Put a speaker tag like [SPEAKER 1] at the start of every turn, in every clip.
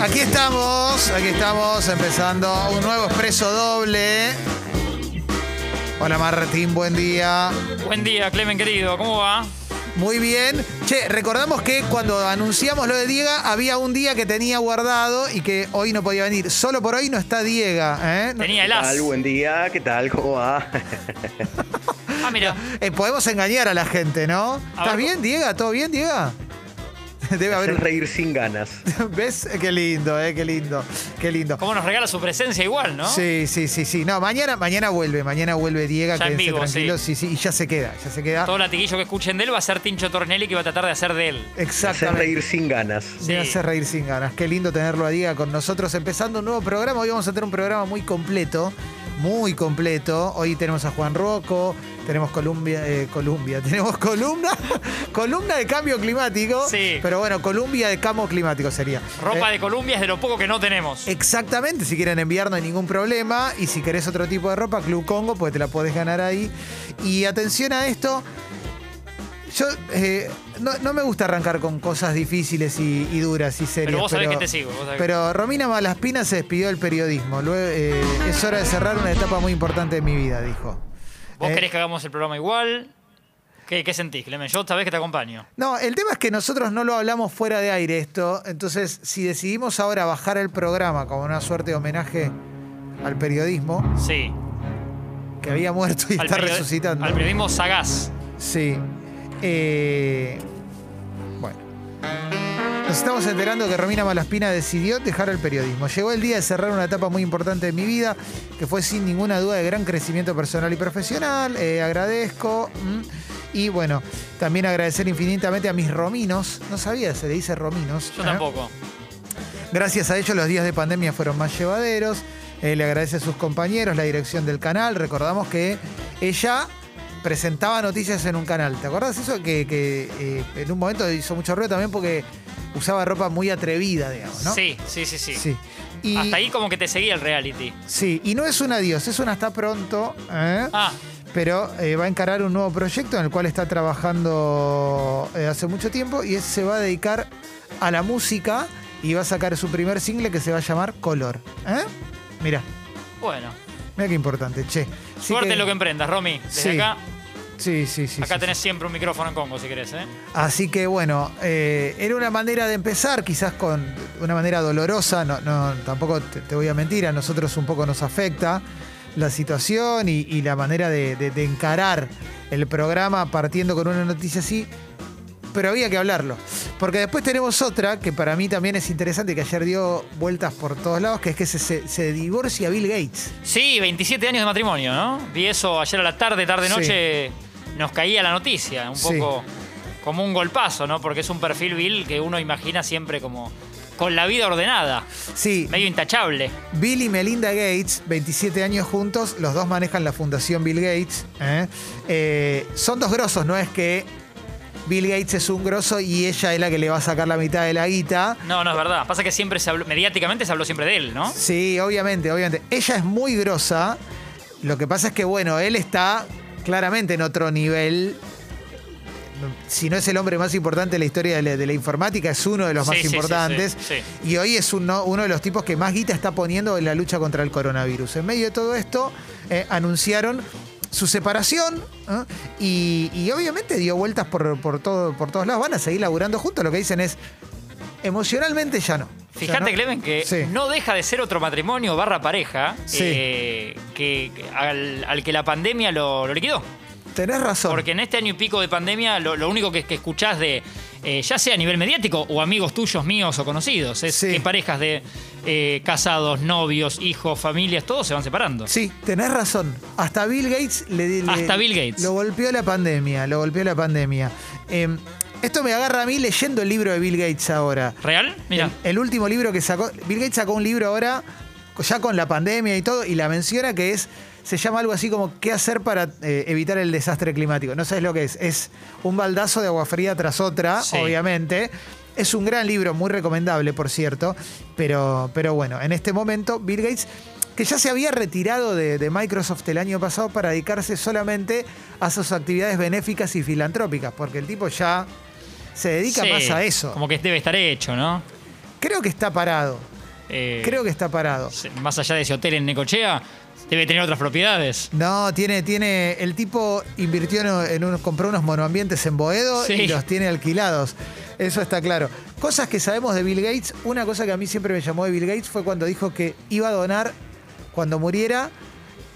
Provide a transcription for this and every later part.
[SPEAKER 1] Aquí estamos, aquí estamos empezando un nuevo expreso doble. Hola Martín, buen día.
[SPEAKER 2] Buen día, Clemen querido, ¿cómo va?
[SPEAKER 1] Muy bien. Che, recordamos que cuando anunciamos lo de Diega había un día que tenía guardado y que hoy no podía venir. Solo por hoy no está Diega. ¿eh? No-
[SPEAKER 2] Tenía
[SPEAKER 3] ¿Qué
[SPEAKER 2] el as.
[SPEAKER 3] tal? Buen día, ¿qué tal? ¿Cómo va?
[SPEAKER 2] Ah, mira.
[SPEAKER 1] Eh, podemos engañar a la gente, ¿no? ¿Estás
[SPEAKER 2] ver,
[SPEAKER 1] bien, Diega? ¿Todo bien, Diega? Debe
[SPEAKER 3] Hacer
[SPEAKER 1] haber.
[SPEAKER 3] reír sin ganas.
[SPEAKER 1] ¿Ves? Qué lindo, ¿eh? Qué lindo. Qué lindo.
[SPEAKER 2] ¿Cómo nos regala su presencia igual, no?
[SPEAKER 1] Sí, sí, sí, sí. No, mañana, mañana vuelve, mañana vuelve Diega,
[SPEAKER 2] Ya en
[SPEAKER 1] quédense
[SPEAKER 2] vivo,
[SPEAKER 1] tranquilos, sí. sí, y ya se queda, ya se queda.
[SPEAKER 2] Todo latiguillo que escuchen de él va a ser Tincho Tornelli que va a tratar de hacer de él.
[SPEAKER 3] Hacer
[SPEAKER 1] Exactamente.
[SPEAKER 3] reír sin ganas.
[SPEAKER 1] Me
[SPEAKER 2] Sí.
[SPEAKER 1] hace reír sin ganas. Qué lindo tenerlo a Diega con nosotros. Empezando un nuevo programa. Hoy vamos a tener un programa muy completo. Muy completo. Hoy tenemos a Juan Rocco. Tenemos Colombia. Colombia. Tenemos columna. columna de cambio climático.
[SPEAKER 2] Sí.
[SPEAKER 1] Pero bueno, Colombia de camo climático sería.
[SPEAKER 2] Ropa
[SPEAKER 1] Eh,
[SPEAKER 2] de Columbia es de lo poco que no tenemos.
[SPEAKER 1] Exactamente, si quieren enviar no hay ningún problema. Y si querés otro tipo de ropa, Club Congo, pues te la podés ganar ahí. Y atención a esto. Yo eh, no, no me gusta arrancar con cosas difíciles y, y duras y serias.
[SPEAKER 2] Pero vos sabés que te sigo. vos sabés que-
[SPEAKER 1] pero Romina Malaspina se despidió del periodismo. Luego, eh, es hora de cerrar una etapa muy importante de mi vida, dijo.
[SPEAKER 2] Vos
[SPEAKER 1] Eh,
[SPEAKER 2] querés que hagamos el programa igual. ¿Qué, qué sentís, Clemen? Yo esta vez que te acompaño.
[SPEAKER 1] No, el tema es que nosotros no lo hablamos fuera de aire esto. Entonces, si decidimos ahora bajar el programa como una suerte de homenaje al periodismo,
[SPEAKER 2] Sí.
[SPEAKER 1] que había muerto y está
[SPEAKER 2] periodi-
[SPEAKER 1] resucitando.
[SPEAKER 2] al periodismo sagaz.
[SPEAKER 1] Sí. Eh, bueno. Nos estamos enterando que Romina Malaspina decidió dejar el periodismo. Llegó el día de cerrar una etapa muy importante de mi vida, que fue sin ninguna duda de gran crecimiento personal y profesional. Eh, agradezco. mm, Y bueno, también agradecer infinitamente a mis rominos. No sabía, se le dice rominos.
[SPEAKER 2] Yo
[SPEAKER 1] ¿eh?
[SPEAKER 2] tampoco.
[SPEAKER 1] Gracias a ellos los días de pandemia fueron más llevaderos. Eh, le agradece a sus compañeros, la dirección del canal. Recordamos que ella presentaba noticias en un canal. ¿Te acordás eso? Que, que, eh, en un momento hizo mucho ruido también porque usaba ropa muy atrevida, digamos, ¿no?
[SPEAKER 2] Sí, sí, sí, sí.
[SPEAKER 1] Sí. Y,
[SPEAKER 2] Hasta ahí como que te seguía el reality.
[SPEAKER 1] Sí, y no es un adiós, es un hasta pronto. ¿eh?
[SPEAKER 2] Ah,
[SPEAKER 1] pero eh, va a encarar un nuevo proyecto en el cual está trabajando eh, hace mucho tiempo y es- se va a dedicar a la música y va a sacar su primer single que se va a llamar Color. ¿Eh? Mira,
[SPEAKER 2] bueno.
[SPEAKER 1] mira qué importante, che. Así
[SPEAKER 2] Suerte en lo que emprendas, Romy. Desde
[SPEAKER 1] Sí,
[SPEAKER 2] acá,
[SPEAKER 1] Sí, sí, sí.
[SPEAKER 2] acá
[SPEAKER 1] sí,
[SPEAKER 2] tenés siempre un micrófono en Congo si querés, ¿eh?
[SPEAKER 1] Así que bueno, eh, era una manera de empezar, quizás con una manera dolorosa, no, no, tampoco te, te voy a mentir, a nosotros un poco nos afecta la situación y, y la manera de, de- de encarar el programa partiendo con una noticia así, pero había que hablarlo. Porque después tenemos otra que para mí también es interesante, que ayer dio vueltas por todos lados, que es que se, se- se divorcia Bill Gates.
[SPEAKER 2] Sí, 27 años de matrimonio, ¿no? Vi eso ayer a la tarde, tarde,
[SPEAKER 1] Sí.
[SPEAKER 2] noche. Nos caía la noticia, un
[SPEAKER 1] Sí.
[SPEAKER 2] poco como un golpazo, ¿no? Porque es un perfil Bill que uno imagina siempre como con la vida ordenada,
[SPEAKER 1] Sí,
[SPEAKER 2] medio intachable.
[SPEAKER 1] Bill y Melinda Gates, 27 años juntos, los dos manejan la fundación Bill Gates. ¿eh? Eh, son dos grosos, no es que Bill Gates es un grosso y ella es la que le va a sacar la mitad de la guita.
[SPEAKER 2] No, no es verdad. Pasa que siempre se habló, mediáticamente se habló siempre de él, ¿no?
[SPEAKER 1] Sí, obviamente, obviamente. Ella es muy grosa. Lo que pasa es que, bueno, él está claramente en otro nivel. Si no es el hombre más importante de la historia de la, de la informática, es uno de los
[SPEAKER 2] Sí,
[SPEAKER 1] más
[SPEAKER 2] sí, sí, sí,
[SPEAKER 1] importantes.
[SPEAKER 2] sí.
[SPEAKER 1] Y hoy es uno, uno de los tipos que más guita está poniendo en la lucha contra el coronavirus. En medio de todo esto, eh, anunciaron su separación ¿eh? y, y obviamente dio vueltas por, por todo, por todos lados. Van a seguir laburando juntos. Lo que dicen es, emocionalmente ya no. Ya
[SPEAKER 2] Fíjate,
[SPEAKER 1] no.
[SPEAKER 2] Clemen, que
[SPEAKER 1] Sí.
[SPEAKER 2] no deja de ser otro matrimonio barra pareja
[SPEAKER 1] Sí.
[SPEAKER 2] eh, que, que al, al que la pandemia lo- lo liquidó.
[SPEAKER 1] Tenés razón.
[SPEAKER 2] Porque en este año y pico de pandemia, lo, lo único que, que escuchás de, eh, ya sea a nivel mediático o amigos tuyos, míos o conocidos, es
[SPEAKER 1] Sí.
[SPEAKER 2] que parejas de eh, casados, novios, hijos, familias, todos se van separando.
[SPEAKER 1] Sí, tenés razón. Hasta Bill Gates le, le-
[SPEAKER 2] Hasta Bill Gates.
[SPEAKER 1] Lo golpeó la pandemia, lo golpeó la pandemia. Eh, esto me agarra a mí leyendo el libro de Bill Gates ahora.
[SPEAKER 2] ¿Real? Mira.
[SPEAKER 1] El, el último libro que sacó. Bill Gates sacó un libro ahora, ya con la pandemia y todo, y la menciona que es. Se llama algo así como ¿Qué hacer para eh, evitar el desastre climático? No sabes lo que es. Es un baldazo de agua fría tras otra,
[SPEAKER 2] Sí.
[SPEAKER 1] obviamente. Es un gran libro, muy recomendable, por cierto. Pero, pero bueno, en este momento, Bill Gates, que ya se había retirado de, de Microsoft el año pasado para dedicarse solamente a sus actividades benéficas y filantrópicas, porque el tipo ya se dedica
[SPEAKER 2] Sí,
[SPEAKER 1] más a eso.
[SPEAKER 2] Como que debe estar hecho, ¿no?
[SPEAKER 1] Creo que está parado.
[SPEAKER 2] Eh,
[SPEAKER 1] Creo que está parado.
[SPEAKER 2] Más allá de ese hotel en Necochea, debe tener otras propiedades.
[SPEAKER 1] No, tiene, tiene. El tipo invirtió en, en unos, compró unos monoambientes en Boedo
[SPEAKER 2] Sí.
[SPEAKER 1] y los tiene alquilados. Eso está claro. Cosas que sabemos de Bill Gates. Una cosa que a mí siempre me llamó de Bill Gates fue cuando dijo que iba a donar, cuando muriera,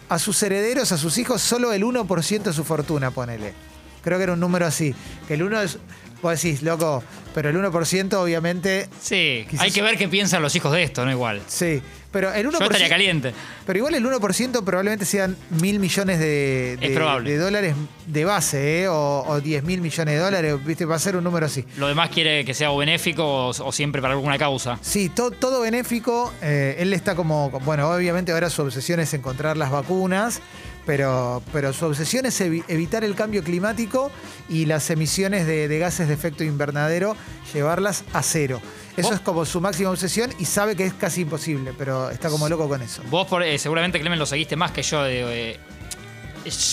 [SPEAKER 1] a sus herederos, a sus hijos, solo el 1% de su fortuna, ponele. Creo que era un número así. Que el 1 es. Vos decís, loco, pero el 1% obviamente.
[SPEAKER 2] Sí,
[SPEAKER 1] Quizás-
[SPEAKER 2] hay que ver qué piensan los hijos de esto, ¿no? Igual.
[SPEAKER 1] Sí. Pero el 1%.
[SPEAKER 2] Yo estaría caliente.
[SPEAKER 1] Pero igual el 1% probablemente sean mil millones de, de-
[SPEAKER 2] Es probable.
[SPEAKER 1] de dólares de base, ¿eh? o, o 10 mil millones de dólares, ¿viste? va a ser un número así.
[SPEAKER 2] Lo demás quiere que sea o benéfico o, o siempre para alguna causa.
[SPEAKER 1] Sí, to- todo benéfico, eh, él está como, bueno, obviamente ahora su obsesión es encontrar las vacunas, pero, pero su obsesión es evi- evitar el cambio climático y las emisiones de, de gases de efecto invernadero, llevarlas a cero. Eso
[SPEAKER 2] Oh.
[SPEAKER 1] es como su máxima obsesión y sabe que es casi imposible, pero está como loco con eso.
[SPEAKER 2] Vos por- eh, seguramente, Clemen, lo seguiste más que yo. digo, eh,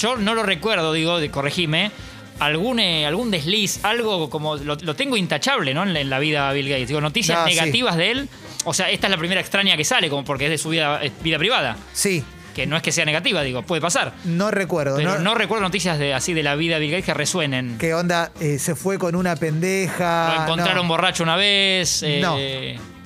[SPEAKER 2] yo no lo recuerdo, digo, de, corregime. Algún, eh, algún desliz, algo como. Lo, lo tengo intachable, ¿no? En la, en la vida de Bill Gates. Digo, noticias
[SPEAKER 1] No, sí.
[SPEAKER 2] negativas de él. O sea, esta es la primera extraña que sale, como porque es de su vida, eh, vida privada.
[SPEAKER 1] Sí,
[SPEAKER 2] Que no es que sea negativa, digo, puede pasar.
[SPEAKER 1] no recuerdo.
[SPEAKER 2] Pero no, recuerdo noticias de, así de la vida de Bill Gates que resuenen.
[SPEAKER 1] ¿Qué onda? Eh, se fue con una pendeja.
[SPEAKER 2] lo encontraron
[SPEAKER 1] ah, no.
[SPEAKER 2] borracho una vez. eh,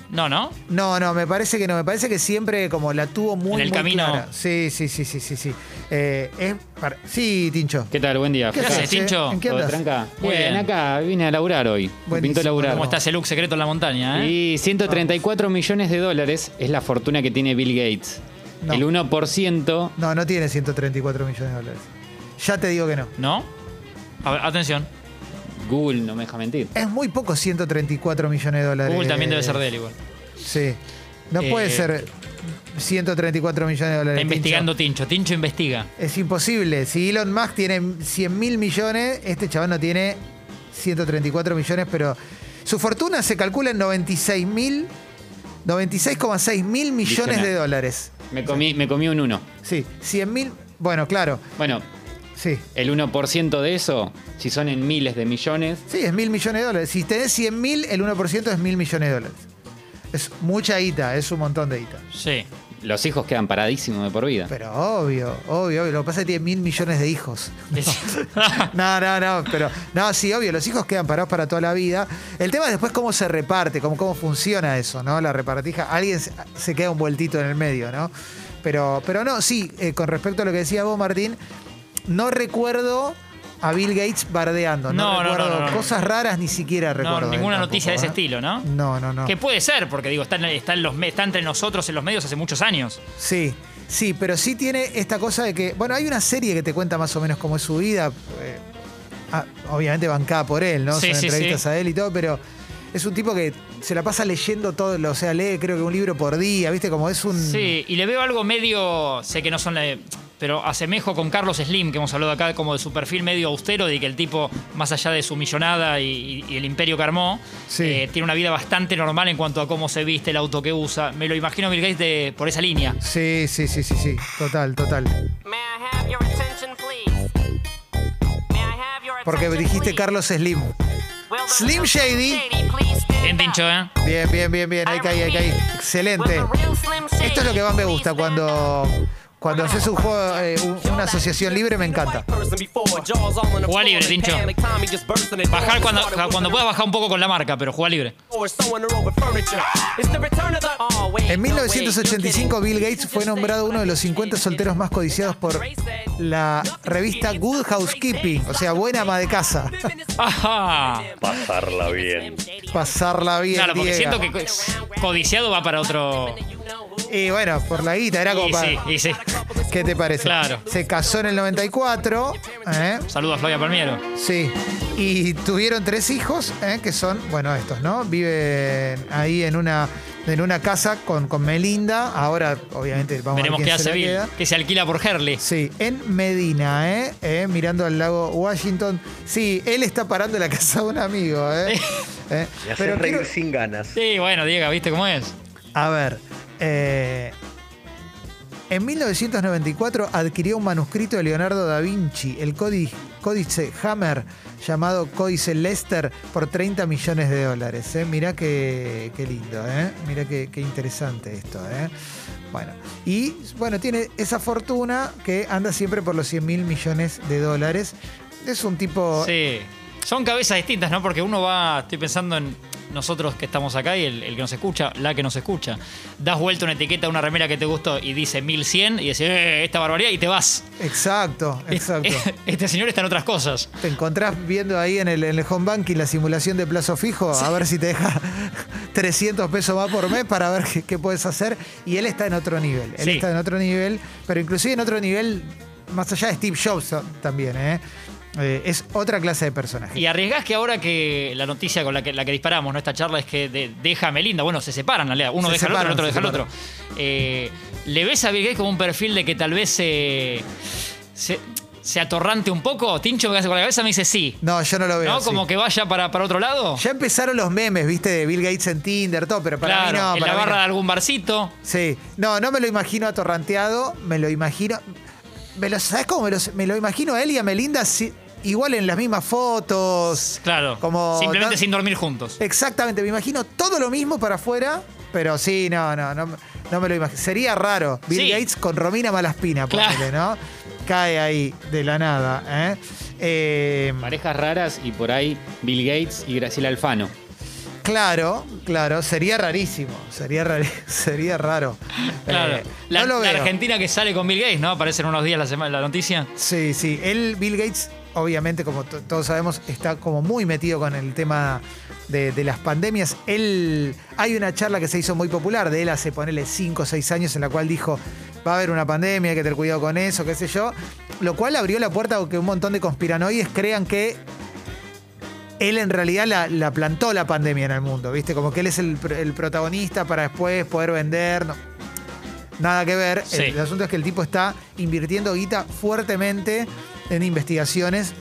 [SPEAKER 2] no, no.
[SPEAKER 1] no, no, me parece que no. Me parece que siempre como la tuvo muy,
[SPEAKER 2] En el
[SPEAKER 1] muy
[SPEAKER 2] camino.
[SPEAKER 1] clara. Sí, sí, sí, sí, sí, sí. Eh, es par- Sí, Tincho.
[SPEAKER 4] ¿Qué tal? Buen día.
[SPEAKER 1] ¿Qué eh?
[SPEAKER 4] José.
[SPEAKER 2] haces, Tincho?
[SPEAKER 1] ¿En qué
[SPEAKER 4] ¿Todo
[SPEAKER 1] andas?
[SPEAKER 4] tranca?
[SPEAKER 2] Muy
[SPEAKER 4] bien,
[SPEAKER 2] bien.
[SPEAKER 4] acá vine a laburar hoy. Me
[SPEAKER 1] Buenísimo.
[SPEAKER 4] pintó laburar.
[SPEAKER 2] ¿Cómo está ese look secreto en la montaña? eh?
[SPEAKER 4] Y 134 millones de dólares es la fortuna que tiene Bill Gates.
[SPEAKER 1] No.
[SPEAKER 4] El 1%.
[SPEAKER 1] No, no tiene 134 millones de dólares. Ya te digo que no.
[SPEAKER 2] ¿No? A ver, atención.
[SPEAKER 4] Google no me deja mentir.
[SPEAKER 1] Es muy poco 134 millones de dólares.
[SPEAKER 2] Google también debe ser de él igual.
[SPEAKER 1] Sí. No
[SPEAKER 2] Eh,
[SPEAKER 1] puede ser 134 millones de dólares.
[SPEAKER 2] Está
[SPEAKER 1] Tincho.
[SPEAKER 2] investigando Tincho. Tincho investiga.
[SPEAKER 1] Es imposible. Si Elon Musk tiene 100 mil millones, este chabón no tiene 134 millones, pero su fortuna se calcula en 96 mil, 96,6 mil millones de
[SPEAKER 4] Millones.
[SPEAKER 1] dólares.
[SPEAKER 4] Me comí, me comí un 1.
[SPEAKER 1] Sí, 100 mil, bueno, claro,
[SPEAKER 4] Bueno,
[SPEAKER 1] sí.
[SPEAKER 4] el 1% de eso, si son en miles de millones,
[SPEAKER 1] Sí, es mil millones de dólares. Si tenés 100 mil, el 1% es mil millones de dólares. Es mucha guita, es un montón de guita.
[SPEAKER 2] Sí.
[SPEAKER 4] los hijos quedan paradísimos de por vida.
[SPEAKER 1] Pero obvio, obvio, obvio. Lo que pasa es que tiene mil millones de hijos. No, no, no, pero no, sí, obvio, los hijos quedan parados para toda la vida. El tema es después cómo se reparte, cómo, cómo funciona eso, ¿no? La repartija, alguien se, se queda un vueltito en el medio, ¿no? Pero, pero no, sí, eh, con respecto a lo que decía vos, Martín, no recuerdo a Bill Gates bardeando, no,
[SPEAKER 2] No, no, no,
[SPEAKER 1] recuerdo
[SPEAKER 2] no, no, no.
[SPEAKER 1] cosas raras, ni siquiera recuerdo.
[SPEAKER 2] no,
[SPEAKER 1] de él
[SPEAKER 2] ninguna
[SPEAKER 1] tampoco,
[SPEAKER 2] noticia de ese
[SPEAKER 1] ¿eh?
[SPEAKER 2] estilo, ¿no?
[SPEAKER 1] No, no, no.
[SPEAKER 2] Que puede ser, porque digo, está, en- está en los, me- está entre nosotros en los medios hace muchos años.
[SPEAKER 1] Sí, sí, pero sí tiene esta cosa de que. Bueno, hay una serie que te cuenta más o menos cómo es su vida. eh, ah, obviamente bancada por él, ¿no?
[SPEAKER 2] Sí,
[SPEAKER 1] Son
[SPEAKER 2] sí,
[SPEAKER 1] entrevistas
[SPEAKER 2] sí.
[SPEAKER 1] a él y todo, pero es un tipo que se la pasa leyendo todo, lo- o sea, lee creo que un libro por día, ¿viste? Como es un.
[SPEAKER 2] Sí, y le veo algo medio, sé que no son, la- pero asemejo con Carlos Slim, que hemos hablado acá, como de su perfil medio austero, de que el tipo, más allá de su millonada y, y el imperio que armó,
[SPEAKER 1] Sí.
[SPEAKER 2] eh, tiene una vida bastante normal en cuanto a cómo se viste, el auto que usa. Me lo imagino a Bill Gates de- por esa línea.
[SPEAKER 1] Sí, sí, sí, sí, sí. Total, total.
[SPEAKER 5] May I have your attention, please? May I have your
[SPEAKER 1] Porque
[SPEAKER 5] attention,
[SPEAKER 1] dijiste
[SPEAKER 5] please?
[SPEAKER 1] Carlos Slim.
[SPEAKER 5] Will the
[SPEAKER 1] Slim
[SPEAKER 5] real
[SPEAKER 1] Shady.
[SPEAKER 5] please stand
[SPEAKER 2] Bien
[SPEAKER 5] up?
[SPEAKER 2] dicho, ¿eh?
[SPEAKER 1] Bien, bien, bien, bien. Ahí caí, ahí caí. Excelente.
[SPEAKER 5] Will the real Slim Shady
[SPEAKER 1] Esto es lo que más me gusta
[SPEAKER 5] please stand up?
[SPEAKER 1] cuando. Cuando haces un juego, eh, un- una asociación libre, me encanta.
[SPEAKER 2] Jugá libre, Tincho. Bajar cuando, cuando puedas bajar un poco con la marca, pero juega libre.
[SPEAKER 1] En 1985, Bill Gates fue nombrado uno de los 50 solteros más codiciados por la revista Good Housekeeping, o sea, buena ama de casa.
[SPEAKER 2] ¡Ajá!
[SPEAKER 3] Pasarla bien.
[SPEAKER 1] Pasarla bien.
[SPEAKER 2] Claro, porque
[SPEAKER 1] Diego.
[SPEAKER 2] siento que co- codiciado va para otro.
[SPEAKER 1] Y bueno, por la guita, era como
[SPEAKER 2] Y
[SPEAKER 1] para-
[SPEAKER 2] sí, y sí.
[SPEAKER 1] ¿Qué te parece?
[SPEAKER 2] Claro.
[SPEAKER 1] Se casó en el 94, ¿eh?
[SPEAKER 2] Saludos a Flavia Palmiero.
[SPEAKER 1] Sí. Y tuvieron tres hijos, ¿eh? que son, bueno, estos, ¿no? Viven ahí en una, en una casa con, con Melinda. Ahora, obviamente, vamos
[SPEAKER 2] Veremos
[SPEAKER 1] a ver quién
[SPEAKER 2] qué
[SPEAKER 1] se
[SPEAKER 2] hace
[SPEAKER 1] la
[SPEAKER 2] Bill,
[SPEAKER 1] queda.
[SPEAKER 2] que se alquila por Herley.
[SPEAKER 1] Sí, en Medina, ¿eh? ¿Eh? Mirando al lago Washington. Sí, él está parando en la casa de un amigo, ¿eh? ¿Eh?
[SPEAKER 3] Me hace
[SPEAKER 1] Pero
[SPEAKER 3] reír
[SPEAKER 1] quiero-
[SPEAKER 3] sin ganas.
[SPEAKER 2] Sí, bueno, Diego, ¿viste cómo es?
[SPEAKER 1] A ver, eh, en 1994 adquirió un manuscrito de Leonardo da Vinci, el codi- códice, códice Hammer, llamado códice Lester, por 30 millones de dólares. ¿eh? Mirá qué, qué lindo, ¿eh? mirá qué, qué interesante esto. ¿eh? Bueno, y bueno, tiene esa fortuna que anda siempre por los 100 mil millones de dólares. Es un tipo
[SPEAKER 2] Sí. Son cabezas distintas, ¿no? Porque uno va, estoy pensando en nosotros que estamos acá y el, el que nos escucha, la que nos escucha. Das vuelta una etiqueta, una remera que te gustó y dice 1100 y dices, "Eh, esta barbaridad y te vas.
[SPEAKER 1] exacto, exacto.
[SPEAKER 2] Este señor está en otras cosas.
[SPEAKER 1] Te encontrás viendo ahí en el, en el home banking la simulación de plazo fijo, a ver si te deja 300 pesos más por mes para ver qué, qué puedes hacer. Y él está en otro nivel, él
[SPEAKER 2] Sí.
[SPEAKER 1] está en otro nivel, pero inclusive en otro nivel, más allá de Steve Jobs ah, también, ¿eh? Eh, es otra clase de personaje.
[SPEAKER 2] Y arriesgás que ahora que la noticia con la que, la que disparamos, ¿no? Esta charla es que de- deja a Melinda. Bueno, se separan, en realidad. Uno
[SPEAKER 1] Se
[SPEAKER 2] deja al otro, el otro
[SPEAKER 1] separan,
[SPEAKER 2] deja al otro. Eh, ¿Le ves a Bill Gates como un perfil de que tal vez se, se, se atorrante un poco? Tincho me hace con la cabeza me dice sí.
[SPEAKER 1] No, yo no lo veo.
[SPEAKER 2] ¿No?
[SPEAKER 1] así.
[SPEAKER 2] Como que vaya para, para otro lado.
[SPEAKER 1] Ya empezaron los memes, viste, de Bill Gates en Tinder, todo, pero para
[SPEAKER 2] claro,
[SPEAKER 1] mí no.
[SPEAKER 2] en
[SPEAKER 1] para
[SPEAKER 2] la
[SPEAKER 1] mí
[SPEAKER 2] barra
[SPEAKER 1] no.
[SPEAKER 2] de algún barcito.
[SPEAKER 1] Sí, no, no me lo imagino atorranteado, me lo imagino. Me lo, ¿Sabes cómo me lo, me lo imagino a él y a Melinda si- igual en las mismas fotos?
[SPEAKER 2] Claro.
[SPEAKER 1] Como- no-
[SPEAKER 2] simplemente
[SPEAKER 1] Eh,
[SPEAKER 2] sin dormir juntos.
[SPEAKER 1] Exactamente, me imagino todo lo mismo para afuera, pero sí, no, no, no, no me lo imagino. Sería raro. Bill
[SPEAKER 2] Sí.
[SPEAKER 1] Gates con Romina Malaspina,
[SPEAKER 2] Claro.
[SPEAKER 1] ponele, ¿no? Cae ahí de la nada, ¿eh? Eh,
[SPEAKER 4] Parejas raras y por ahí Bill Gates y Graciela Alfano.
[SPEAKER 1] Claro, claro, sería rarísimo, sería, rari- sería raro.
[SPEAKER 2] Claro.
[SPEAKER 1] Eh,
[SPEAKER 2] la,
[SPEAKER 1] no lo
[SPEAKER 2] la
[SPEAKER 1] veo.
[SPEAKER 2] Argentina que sale con Bill Gates, ¿no? Aparece en unos días la, semana, la noticia.
[SPEAKER 1] Sí, sí. Él, Bill Gates, obviamente, como to- todos sabemos, está como muy metido con el tema de, de las pandemias. Él, hay una charla que se hizo muy popular de él hace, ponele, 5 o 6 años, en la cual dijo, va a haber una pandemia, hay que tener cuidado con eso, qué sé yo. Lo cual abrió la puerta a que un montón de conspiranoides crean que él en realidad la, la plantó la pandemia en el mundo, ¿viste? Como que él es el, pr- el protagonista para después poder vender. no. Nada que ver.
[SPEAKER 2] Sí.
[SPEAKER 1] El, el asunto es que el tipo está invirtiendo guita fuertemente en investigaciones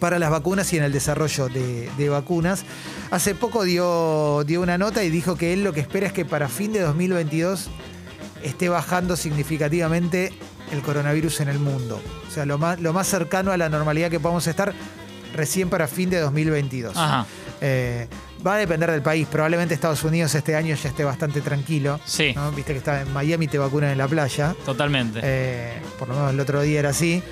[SPEAKER 1] para las vacunas y en el desarrollo de, de vacunas. Hace poco dio, dio una nota y dijo que él lo que espera es que para fin de 2022 esté bajando significativamente el coronavirus en el mundo. O sea, lo más, lo más cercano a la normalidad que podamos estar recién para fin de 2022.
[SPEAKER 2] Ajá.
[SPEAKER 1] Eh, va a depender del país. Probablemente Estados Unidos este año ya esté bastante tranquilo.
[SPEAKER 2] Sí.
[SPEAKER 1] ¿no? Viste que está en Miami te vacunan en la playa.
[SPEAKER 2] Totalmente.
[SPEAKER 1] Eh, por lo menos el otro día era así.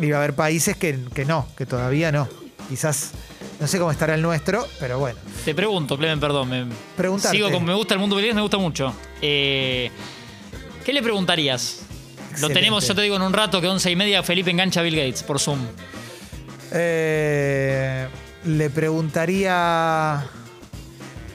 [SPEAKER 1] Y va a haber países que, que no, que todavía no. Quizás, no sé cómo estará el nuestro, pero bueno.
[SPEAKER 2] Te pregunto, Clemen, perdón. Me,
[SPEAKER 1] Preguntarte.
[SPEAKER 2] Sigo con me gusta el mundo Bill Gates, me gusta mucho. Eh, ¿Qué le preguntarías? Lo
[SPEAKER 1] Excelente.
[SPEAKER 2] tenemos, yo te digo, en un rato que once y media Felipe engancha a Bill Gates por Zoom.
[SPEAKER 1] Eh, le preguntaría.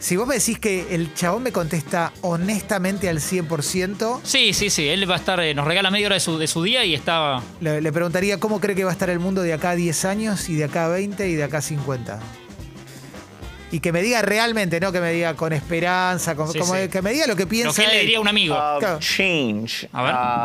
[SPEAKER 1] Si vos me decís que el chabón me contesta honestamente al 100%,
[SPEAKER 2] Sí, sí, sí. Él va a estar, eh, nos regala media hora de su, de su día y está.
[SPEAKER 1] le, le preguntaría cómo cree que va a estar el mundo de acá a 10 años, y de acá a 20 y de acá a 50. Y que me diga realmente, ¿no? Que me diga con esperanza, con-
[SPEAKER 2] Sí,
[SPEAKER 1] como
[SPEAKER 2] sí.
[SPEAKER 1] que me diga lo que piensa.
[SPEAKER 2] Lo que él le
[SPEAKER 1] él.
[SPEAKER 2] diría a un amigo.
[SPEAKER 6] of
[SPEAKER 1] Claro.
[SPEAKER 6] Um, change,
[SPEAKER 2] A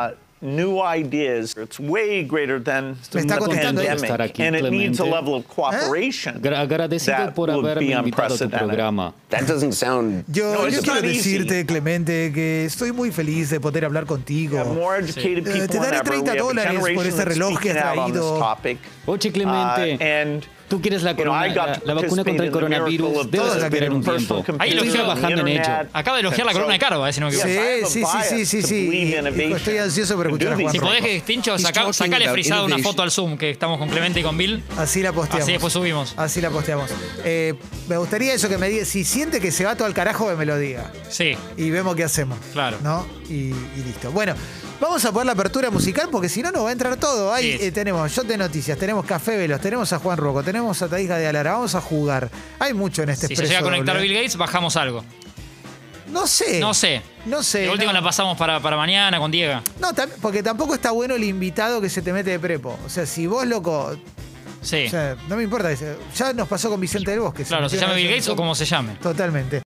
[SPEAKER 2] ver.
[SPEAKER 6] uh, new ideas. It's way greater than
[SPEAKER 1] Me
[SPEAKER 6] the
[SPEAKER 1] está contestando él.
[SPEAKER 6] pandemic,
[SPEAKER 4] Estar aquí,
[SPEAKER 6] and it needs a
[SPEAKER 4] Clemente.
[SPEAKER 6] level of cooperation
[SPEAKER 4] Gra- agradecido
[SPEAKER 6] that
[SPEAKER 4] por
[SPEAKER 6] would be
[SPEAKER 4] haberme invitado a tu
[SPEAKER 6] unprecedented.
[SPEAKER 4] programa.
[SPEAKER 7] That doesn't sound
[SPEAKER 1] Yo,
[SPEAKER 6] No,
[SPEAKER 1] yo
[SPEAKER 6] it's
[SPEAKER 1] quiero
[SPEAKER 6] not easy.
[SPEAKER 1] decirte, Clemente, que estoy muy feliz de poder hablar
[SPEAKER 6] We
[SPEAKER 1] contigo.
[SPEAKER 6] have more educated
[SPEAKER 1] Sí. Eh,
[SPEAKER 6] people
[SPEAKER 1] te
[SPEAKER 6] than
[SPEAKER 1] daré
[SPEAKER 6] ever.
[SPEAKER 1] 30
[SPEAKER 6] We have a
[SPEAKER 1] dólares por
[SPEAKER 6] generation
[SPEAKER 1] este
[SPEAKER 6] that's
[SPEAKER 1] reloj que has
[SPEAKER 6] speaking out on this
[SPEAKER 1] traído.
[SPEAKER 6] topic.
[SPEAKER 4] Oye, Clemente,
[SPEAKER 6] Uh, and,
[SPEAKER 4] tú quieres la,
[SPEAKER 6] you know,
[SPEAKER 4] corona-
[SPEAKER 6] I got
[SPEAKER 4] la-
[SPEAKER 6] to
[SPEAKER 4] la vacuna contra el
[SPEAKER 6] participate in the miracle
[SPEAKER 4] coronavirus.
[SPEAKER 6] of
[SPEAKER 4] Debes
[SPEAKER 1] Todos la
[SPEAKER 4] esperar
[SPEAKER 1] queremos.
[SPEAKER 4] un
[SPEAKER 2] Ahí
[SPEAKER 6] personal
[SPEAKER 4] tiempo.
[SPEAKER 6] computing,
[SPEAKER 2] lo
[SPEAKER 4] Estoy
[SPEAKER 2] quiero-
[SPEAKER 4] trabajando en ello.
[SPEAKER 6] internet.
[SPEAKER 2] Acaba de elogiar la corona de Caro, eh, si no me
[SPEAKER 1] Sí,
[SPEAKER 6] Yes,
[SPEAKER 2] equivoco.
[SPEAKER 6] I
[SPEAKER 1] sí,
[SPEAKER 6] have a
[SPEAKER 1] sí, sí,
[SPEAKER 6] bias
[SPEAKER 1] sí,
[SPEAKER 6] to
[SPEAKER 1] sí.
[SPEAKER 6] believe
[SPEAKER 1] Y-
[SPEAKER 6] in
[SPEAKER 1] y estoy
[SPEAKER 6] innovation
[SPEAKER 1] ansioso por
[SPEAKER 6] and do
[SPEAKER 1] escuchar a
[SPEAKER 6] these
[SPEAKER 1] Juan
[SPEAKER 2] Si
[SPEAKER 6] things.
[SPEAKER 2] podés, que, Tincho,
[SPEAKER 7] He's
[SPEAKER 2] saca,
[SPEAKER 7] talking
[SPEAKER 2] sacale
[SPEAKER 7] about
[SPEAKER 2] frisado una
[SPEAKER 7] innovation.
[SPEAKER 2] foto al Zoom que estamos con Clemente y con Bill.
[SPEAKER 1] Así la posteamos.
[SPEAKER 2] Así después subimos.
[SPEAKER 1] Así la posteamos. Eh, me gustaría eso que me diga. Si siente que se va todo al carajo, que me lo diga.
[SPEAKER 2] Sí.
[SPEAKER 1] Y vemos qué hacemos.
[SPEAKER 2] Claro.
[SPEAKER 1] ¿No? Y, y listo. Bueno, vamos a poner la apertura musical porque si no nos va a entrar todo. Ahí
[SPEAKER 2] Sí.
[SPEAKER 1] eh, tenemos Yo de Noticias, tenemos Café Velos, tenemos a Juan Roco, tenemos a Taís de Alara. Vamos a jugar. Hay mucho en este
[SPEAKER 2] Si se
[SPEAKER 1] expreso
[SPEAKER 2] llega a conectar
[SPEAKER 1] doble,
[SPEAKER 2] Bill
[SPEAKER 1] ¿eh?
[SPEAKER 2] Gates, bajamos algo.
[SPEAKER 1] No sé.
[SPEAKER 2] No sé.
[SPEAKER 1] No sé.
[SPEAKER 2] De última
[SPEAKER 1] no.
[SPEAKER 2] la pasamos para, para mañana con Diego.
[SPEAKER 1] No, tam- porque tampoco está bueno el invitado que se te mete de prepo. O sea, si vos, loco,
[SPEAKER 2] Sí.
[SPEAKER 1] O sea, no me importa. Ya nos pasó con Vicente del Bosque.
[SPEAKER 2] claro, se
[SPEAKER 1] metió
[SPEAKER 2] llame
[SPEAKER 1] en-
[SPEAKER 2] Bill Gates o como se llame.
[SPEAKER 1] Totalmente.